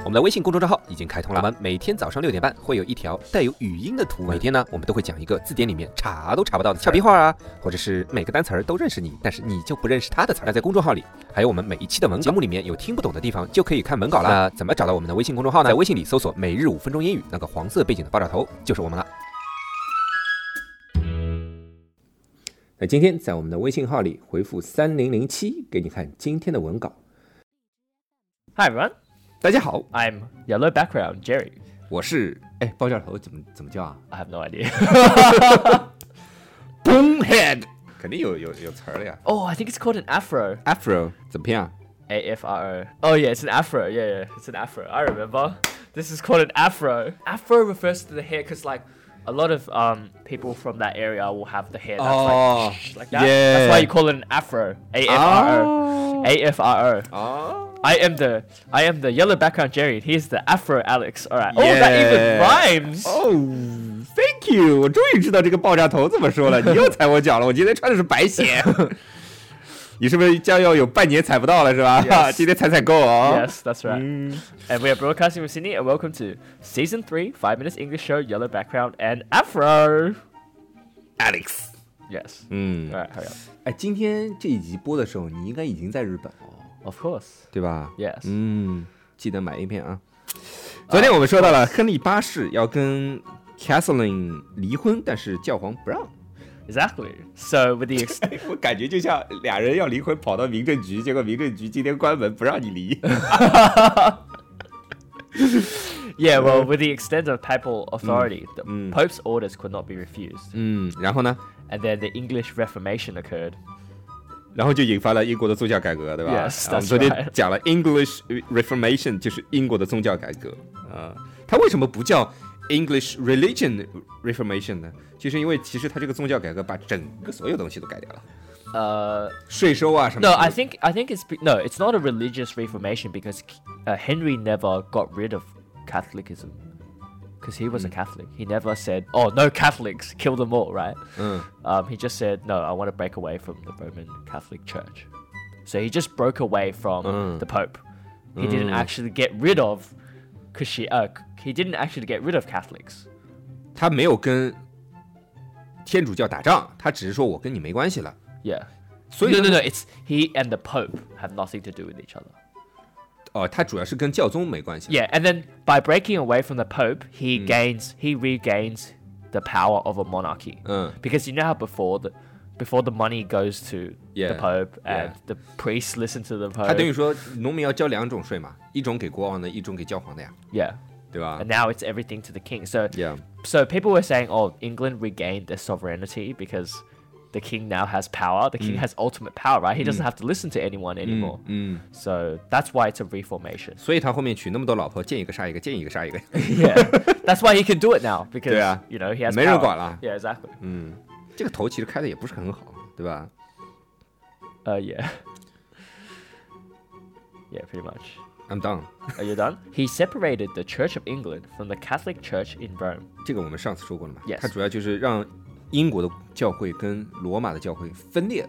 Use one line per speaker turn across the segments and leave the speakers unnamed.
我们的微信公众账号已经开通了，我们每天早上六点半会有一条带有语音的图文。每天呢，我们都会讲一个字典里面查都查不到的俏皮话啊，或者是每个单词儿都认识你，但是你就不认识它的词儿。那在公众号里，还有我们每一期的文稿节目里面有听不懂的地方，就可以看文稿啦。那怎么找到我们的微信公众号呢？在微信里搜索“每日五分钟英语”，那个黄色背景的爆炸头就是我们了。那今天在我们的微信号里回复三零零七，给你看今天的文稿。
Hi everyone,
大家好，
I'm Yellow Background Jerry.
我是哎爆炸头怎么怎么叫啊？
I have no idea.
Boomhead，肯定有有有词儿了呀。
Oh, I think it's called an afro.
哦 Afro 怎么啊样？
A F R O. Oh yeah, it's an afro. Yeah, yeah, it's an afro. I remember. This is called an afro. Afro refers to the hair because like a lot of um people from that area will have the hair that's
Oh,
like, sh- like that. That's
yeah.
why
Oh.
you call it an afro. A F R O. A F R O.
哦，
I am the I am the yellow background Jerry. and He's the afro Alex. All right. Oh, that even rhymes.
哦，Thank you，我终于知道这个爆炸头怎么说了。你又踩我脚了，我今天穿的是白 鞋。你是不是将要有半年踩不到了是吧
Yes
今天踩踩够哦。
Yes, that's right.
Mm.
And we are broadcasting from Sydney, and welcome to season three, five minutes English show, yellow background and Afro.
Alex，
Yes.
嗯
All，right, hurry up.
哎，今天这一集播的时候，你应该已经在日本了，
Of course.
对吧
Yes.
嗯，记得买 A 片啊。昨天我们说到了亨利八世要跟 Catherine 离婚，但是教皇不让。
Exactly. So with the ex-
我感觉就像俩人要离婚，跑到民政局，结果民政局今天关门不让你离。
yeah, well, with the extent of papal authority, the
Mm.
Pope's orders could not be refused,
嗯，然后呢？
and then the English Reformation occurred.
然后就引发了英国的宗教改革，对吧
Yes,
啊我
that's
们昨天
right.
讲了 English Reformation，就是英国的宗教改革啊。它为什么不叫 English Religion Reformation 呢？就是因为其实它这个宗教改革把整个所有东西都改掉了，
Uh,
税收啊什么。
no, I think I think it's be- no, it's not a religious reformation because uh, Henry never got rid of Catholicism because he was a Catholic. He never said, "Oh, no Catholics, kill them all," right?
嗯
Um, he just said, "No, I want to break away from the Roman Catholic Church." So he just broke away from
Mm.
the Pope. He didn't actually get rid of Christi- uh, He didn't actually get rid of Catholics.
他没有跟天主教打仗，他只是说我跟你没关系了。
Yeah.
所以
no, no,
呢
no. It's he and the Pope have nothing to do with each other.
哦，他主要是跟教宗没关系。
Yeah, and then by breaking away from the Pope,
Hmm.
he gains he regains the power of a monarchy.
Uh.
Because you know how before the before the money goes to
Yeah,
the Pope and
yeah.
the priests listen to the
他
Pope.
等于说农民要交两种税嘛，一种给国王的，一种给教皇的呀，
yeah.
对吧
And now it's everything to the king. So
Ah. Yeah.
so people were saying, Oh, England regained their sovereignty because the king now has power. The king
Hmm.
has ultimate power, right? He doesn't have to listen to anyone anymore. So that's why it's a reformation.
所以他后面娶那么多老婆，见一个杀一个，见一个杀一个。
Yeah. that's why he can do it now because
Yeah.
you know he has
没人
power.
管了。
Yeah, exactly.
这个头其实开的也不是很好，对吧？
Uh, yeah. Yeah, pretty much.
I'm done。
Are you done? He separated the Church of England from the Catholic Church in Rome.
这个我们上次说过了嘛
Yes
它主要就是让英国的教会跟罗马的教会分裂了，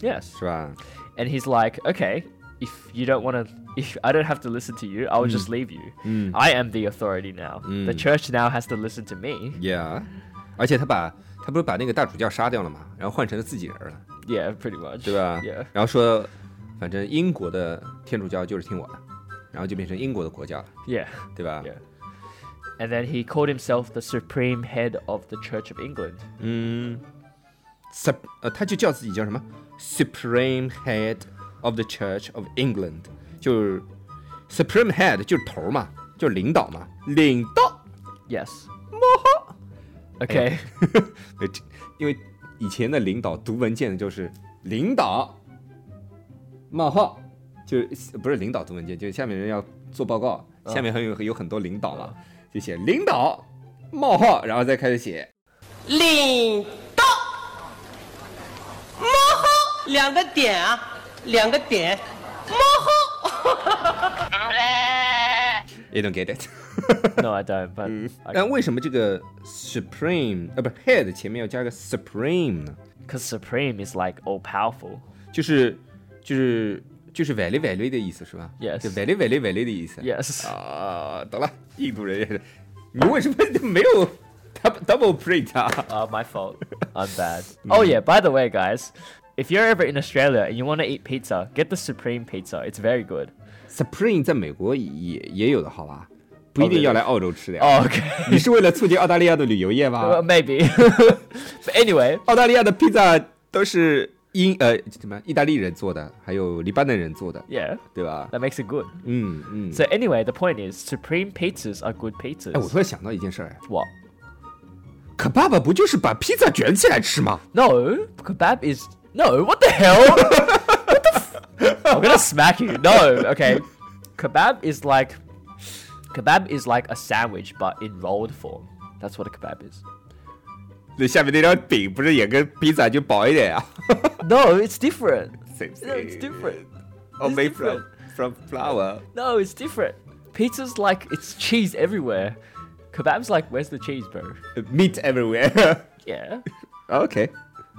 Yes.
是吧？
And he's like, okay, if you don't want to, if I don't have to listen to you, I'll just leave you. I am the authority now. The church now has to listen to me.
Yeah，而且他把他不是把那个大主教杀掉了嘛，然后换成了自己人了，
Yeah, pretty much.
对吧
Yeah.
然后说，反正英国的天主教就是听我的，然后就变成英国的国教了，
Yeah.
对吧
Yeah. And then he called himself the supreme head of the Church of England.
嗯，sup 呃，他就叫自己叫什么 Supreme Head of the Church of England，就是 Supreme Head 就是头儿嘛，就是领导嘛，领导。
Yes. Okay.
呃，这因为以前的领导读文件的就是领导，冒号，就是不是领导读文件，就是下面人要做报告，下面很有有很多领导嘛，就写领导冒号，然后再开始写
领到，猫后两个点啊，两个点，猫后。
You don't get it。
No, I don't. But
但为什么这个 supreme 啊，不是 head 前面要加个 supreme 呢？
because Supreme is like all powerful.
就是就是就是 very very 的意思是吧
Yes
就 very very very 的意思。
Yes.
啊，懂了，印度人也是。你为什么没有 double double print 啊？
Uh, my fault. I'm bad. Oh yeah. By the way, guys, if you're ever in Australia and you want to eat pizza, get the Supreme pizza. It's very good.
Supreme 在美国也也有的，好吧？不一定要来澳洲吃的呀。
Oh, okay.
你是为了促进澳大利亚的旅游业
well,
吗？
maybe. but anyway,
澳大利亚的披萨都是英呃什么意大利人做的，还有黎巴嫩人做的，
yeah,
对吧？
that makes it good.
嗯嗯。
So anyway, the point is, Supreme pizzas are good
哎，我
pizzas.
突然想到一件事儿，哎
What?
可爸爸不就是把披萨卷起来吃吗？
No, kebab is no. What the hell? what the f- I'm gonna smack you. No, okay. Kebab is like kebab is like a sandwich but in rolled form. That's what a kebab is.
那下面那张饼不是也跟披萨就薄一点啊
No, it's different.
Same
No, it's different.
Oh,
It's
made from
different.
from flour.
No, it's different. Pizza's like it's cheese everywhere. Kebab's like where's the cheese, bro?
Meat everywhere.
Yeah.
OK，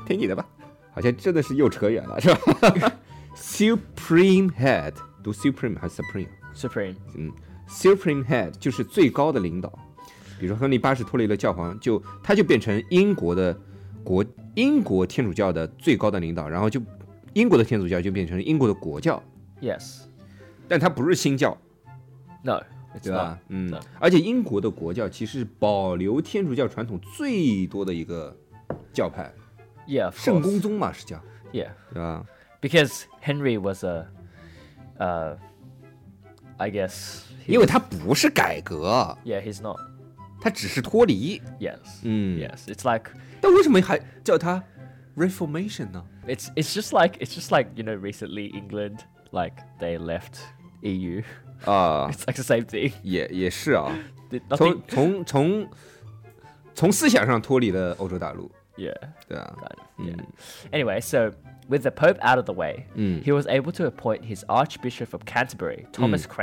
听你的吧。好像真的是又扯远了，是吧 ？Supreme Head 读 Supreme 还是 Supreme？
Supreme.
嗯，Supreme Head 就是最高的领导。比如说亨利八世脱离了教皇，就他就变成英国的国英国天主教的最高的领导，然后就英国的天主教就变成英国的国教，
Yes.
但它不是新教，
No, it's
对
not.
吧？嗯
对，
而且英国的国教其实是保留天主教传统最多的一个教派，
Yeah, of
圣
course.
公宗嘛是叫，
Yeah.
对吧？
because Henry was a, uh, I guess. He
因为它不是改革，
yeah, he's not.
它只是脱离。
Yes.
嗯
Yes. It's like
但为什么还叫它 Reformation 呢？
it's it's just like it's just like you know recently England like they left EU.
啊、
It's like the same thing.
也也是啊，
Did
从
Nothing.
从从从思想上脱离了欧洲大陆，
Yeah.
对吧？
Kind of. Yeah. Anyway, so with the Pope out of the way,
Mm.
he was able to appoint his Archbishop of Canterbury, Thomas
Mm.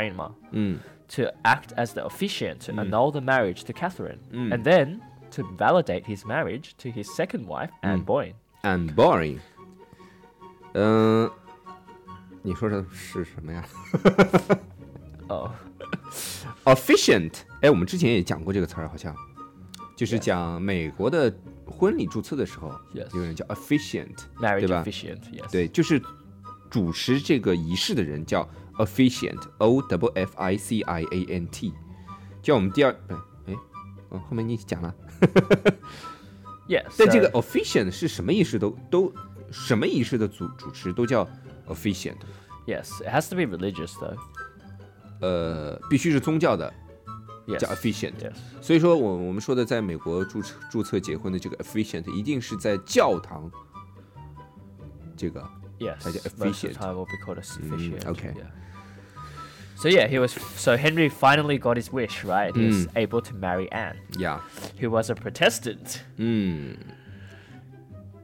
Cranmer, to act as the officiant to annul the marriage to Catherine,
Mm.
and then to validate his marriage to his second wife,
Mm.
Anne Boleyn.
and boring。嗯、你说的是什么呀
哦
？Efficient，哎，我们之前也讲过这个词儿，好像就是讲美国的婚礼注册的时候
Yes
有人叫 efficient，对
Marriage
吧？
officiant, yes.
对，就是主持这个仪式的人叫 efficient，O W F I C I A N T，就像我们第二，哎，哎，哦，后面你讲了。
Yes.
但
so-
这个 officiant 是什么仪式都都什么仪式的主主持都叫 officiant，
yes, it has to be religious though.
呃，必须是宗教的
Yes.
叫 officiant。
Yes.
所以说我我们说的在美国注册注册结婚的这个 officiant 一定是在教堂这个
Yes.
I get
Most of
officiant. Mm,
the time will be called a sufficient.
okay.
Yeah. So yeah, he was. So Henry finally got his wish, right?
Mm.
He was able to marry Anne,
呀
who was a Protestant.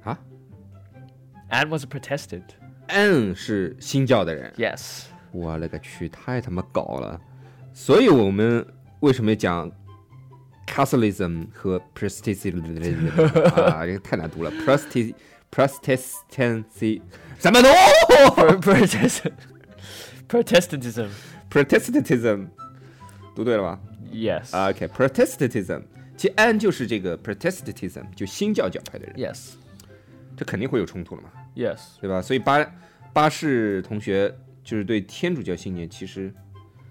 啊
Anne was a Protestant.
，N 是新教的人，
Yes.
我勒个去，太他妈搞了！所以我们为什么讲 Catholicism 和 Protestantism 啊？这个太难读了，Protest Protestancy 什么读
Pro- Protestant. Protestantism.
？Protestantism 读对了吧
Yes.
啊？OK，Protestantism，、其实安就是这个 Protestantism，就新教教派的人
yes.
这肯定会有冲突了嘛，
Yes.
对吧？所以巴巴士同学就是对天主教信念其实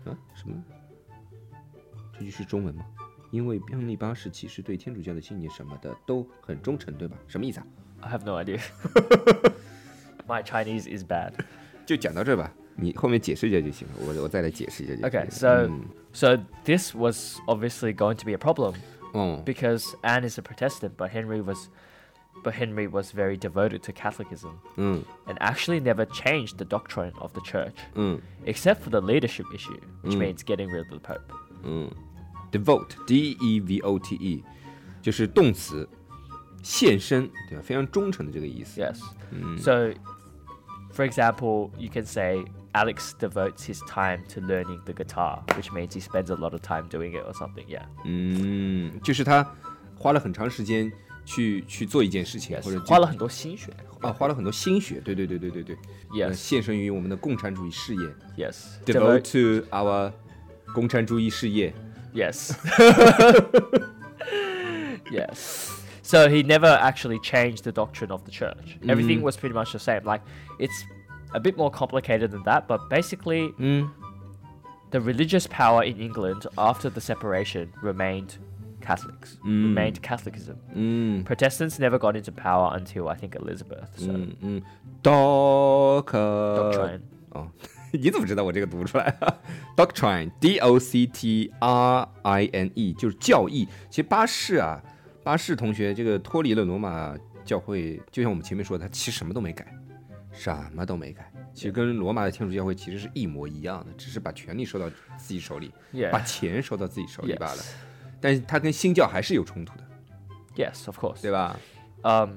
啊什么？这句是中文吗？因为亨利八世其实对天主教的信念什么的都很忠诚，对吧？什么意思啊？
I have no idea. My Chinese is bad.
就讲到这吧，你后面解释一下就行了。我我再来解释一下就行。
Okay, so so this was obviously going to be a problem
嗯
because Anne is a Protestant, but Henry was, but Henry was very devoted to Catholicism
嗯
and actually never changed the doctrine of the church,
嗯
except for the leadership issue, which means getting rid of the Pope.
嗯，devote d e v o t e 就是动词，献身，对吧？非常忠诚的这个意思。
Yes. So, for example, you can say Alex devotes his time to learning the guitar, which means he spends a lot of time doing it or something. Yeah.
嗯，就是他花了很长时间去去做一件事情，
Yes.
或者
花了很多心血。
啊花了很多心血，对对对对对对，
Yes.
呃献身于我们的共产主义事业
Yes. Devote.
，devote to our 共产主义事业。
Yes. yes. So he never actually changed the doctrine of the church. Everything was pretty much the same. Like, it's a bit more complicated than that, but basically, the religious power in England after the separation remained Catholics, remained Catholicism.
嗯
Protestants never got into power until I think Elizabeth. So,
嗯嗯，doctrine
doctrine.
哦， 你怎么知道我这个读不出来啊？Doctrine，D O C T R I N E，就是教义。其实巴士啊，巴士同学这个脱离了罗马教会，就像我们前面说的，他其实什么都没改，什么都没改。其实跟罗马的天主教会其实是一模一样的，只是把权力收到自己手里
Yeah
把钱收到自己手里
Yes
罢了。但是它跟新教还是有冲突的，
yes, of course.
对吧？
um,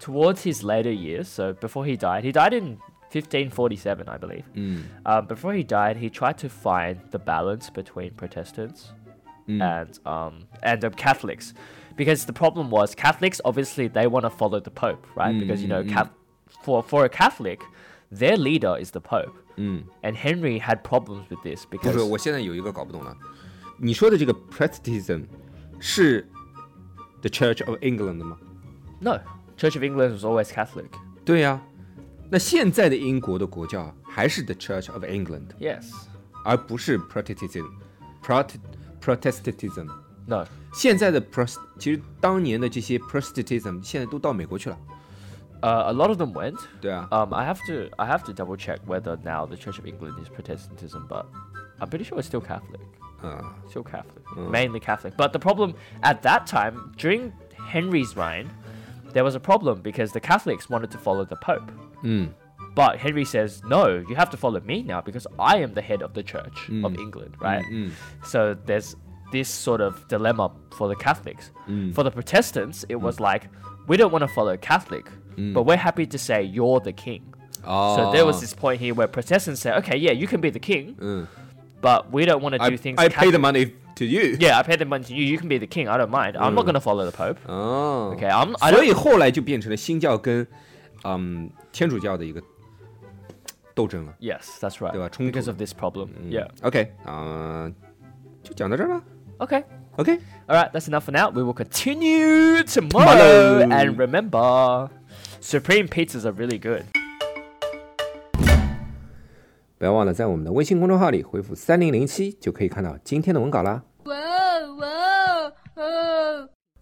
towards his later years, so before he died, he died in 1547, I believe. Um, before he died, he tried to find the balance between Protestants and um, and um, Catholics, because the problem was Catholics obviously they want to follow the Pope, right? because you know, Cath- for for a Catholic, their leader is the Pope, and Henry had problems with this
不
because
是，我现在有一个搞不懂了。你说的这个 Protestantism 是 The Church of England 吗？
no, Church of England was always Catholic.
对呀、那现在的英国的国教啊还是 The Church of England，
Yes,
而不是 Protestantism。Prot Protestantism
no,
现在的 Prost，其实当年的这些 Protestantism 现在都到美国去了。
uh, a lot of them went.
对啊，
Um, I have to I have to double check whether now the Church of England is Protestantism, but I'm pretty sure it's still Catholic.
嗯
Still Catholic, mainly Catholic. But the problem at that time during Henry's reign, there was a problem because the Catholics wanted to follow the Pope. But Henry says, no, you have to follow me now because I am the head of the Church of
Mm.
England, right?
Mm-hmm.
So there's this sort of dilemma for the Catholics.
Mm.
For the Protestants, it was like, we don't want to follow Catholic,
Mm.
but we're happy to say you're the king. So there
Ah.
was this point here where Protestants say, okay, yeah, you can be the king, but we don't want to
Uh. I
do things.
I pay the
Catholic-
money Uh. to you。
Yeah, I pay the money to you. You can be the king. I don't mind. I'm not going to follow the Pope.
Oh. 哦
Okay, I'm, I
所以
don't.
后来就变成了新教跟嗯天主教的一个斗争了。
Yes, that's right.
对吧？冲突。
Because of this problem.
Mm.
Yeah.
OK，啊、就讲到这儿吧。
Okay.
OK，
All right, that's enough for now. We will continue tomorrow.
Tomorrow.
And remember, supreme pizzas are really good.
不要忘了在我们的微信公众号里回复三零零七，就可以看到今天的文稿啦。
哇哦哇哦哦！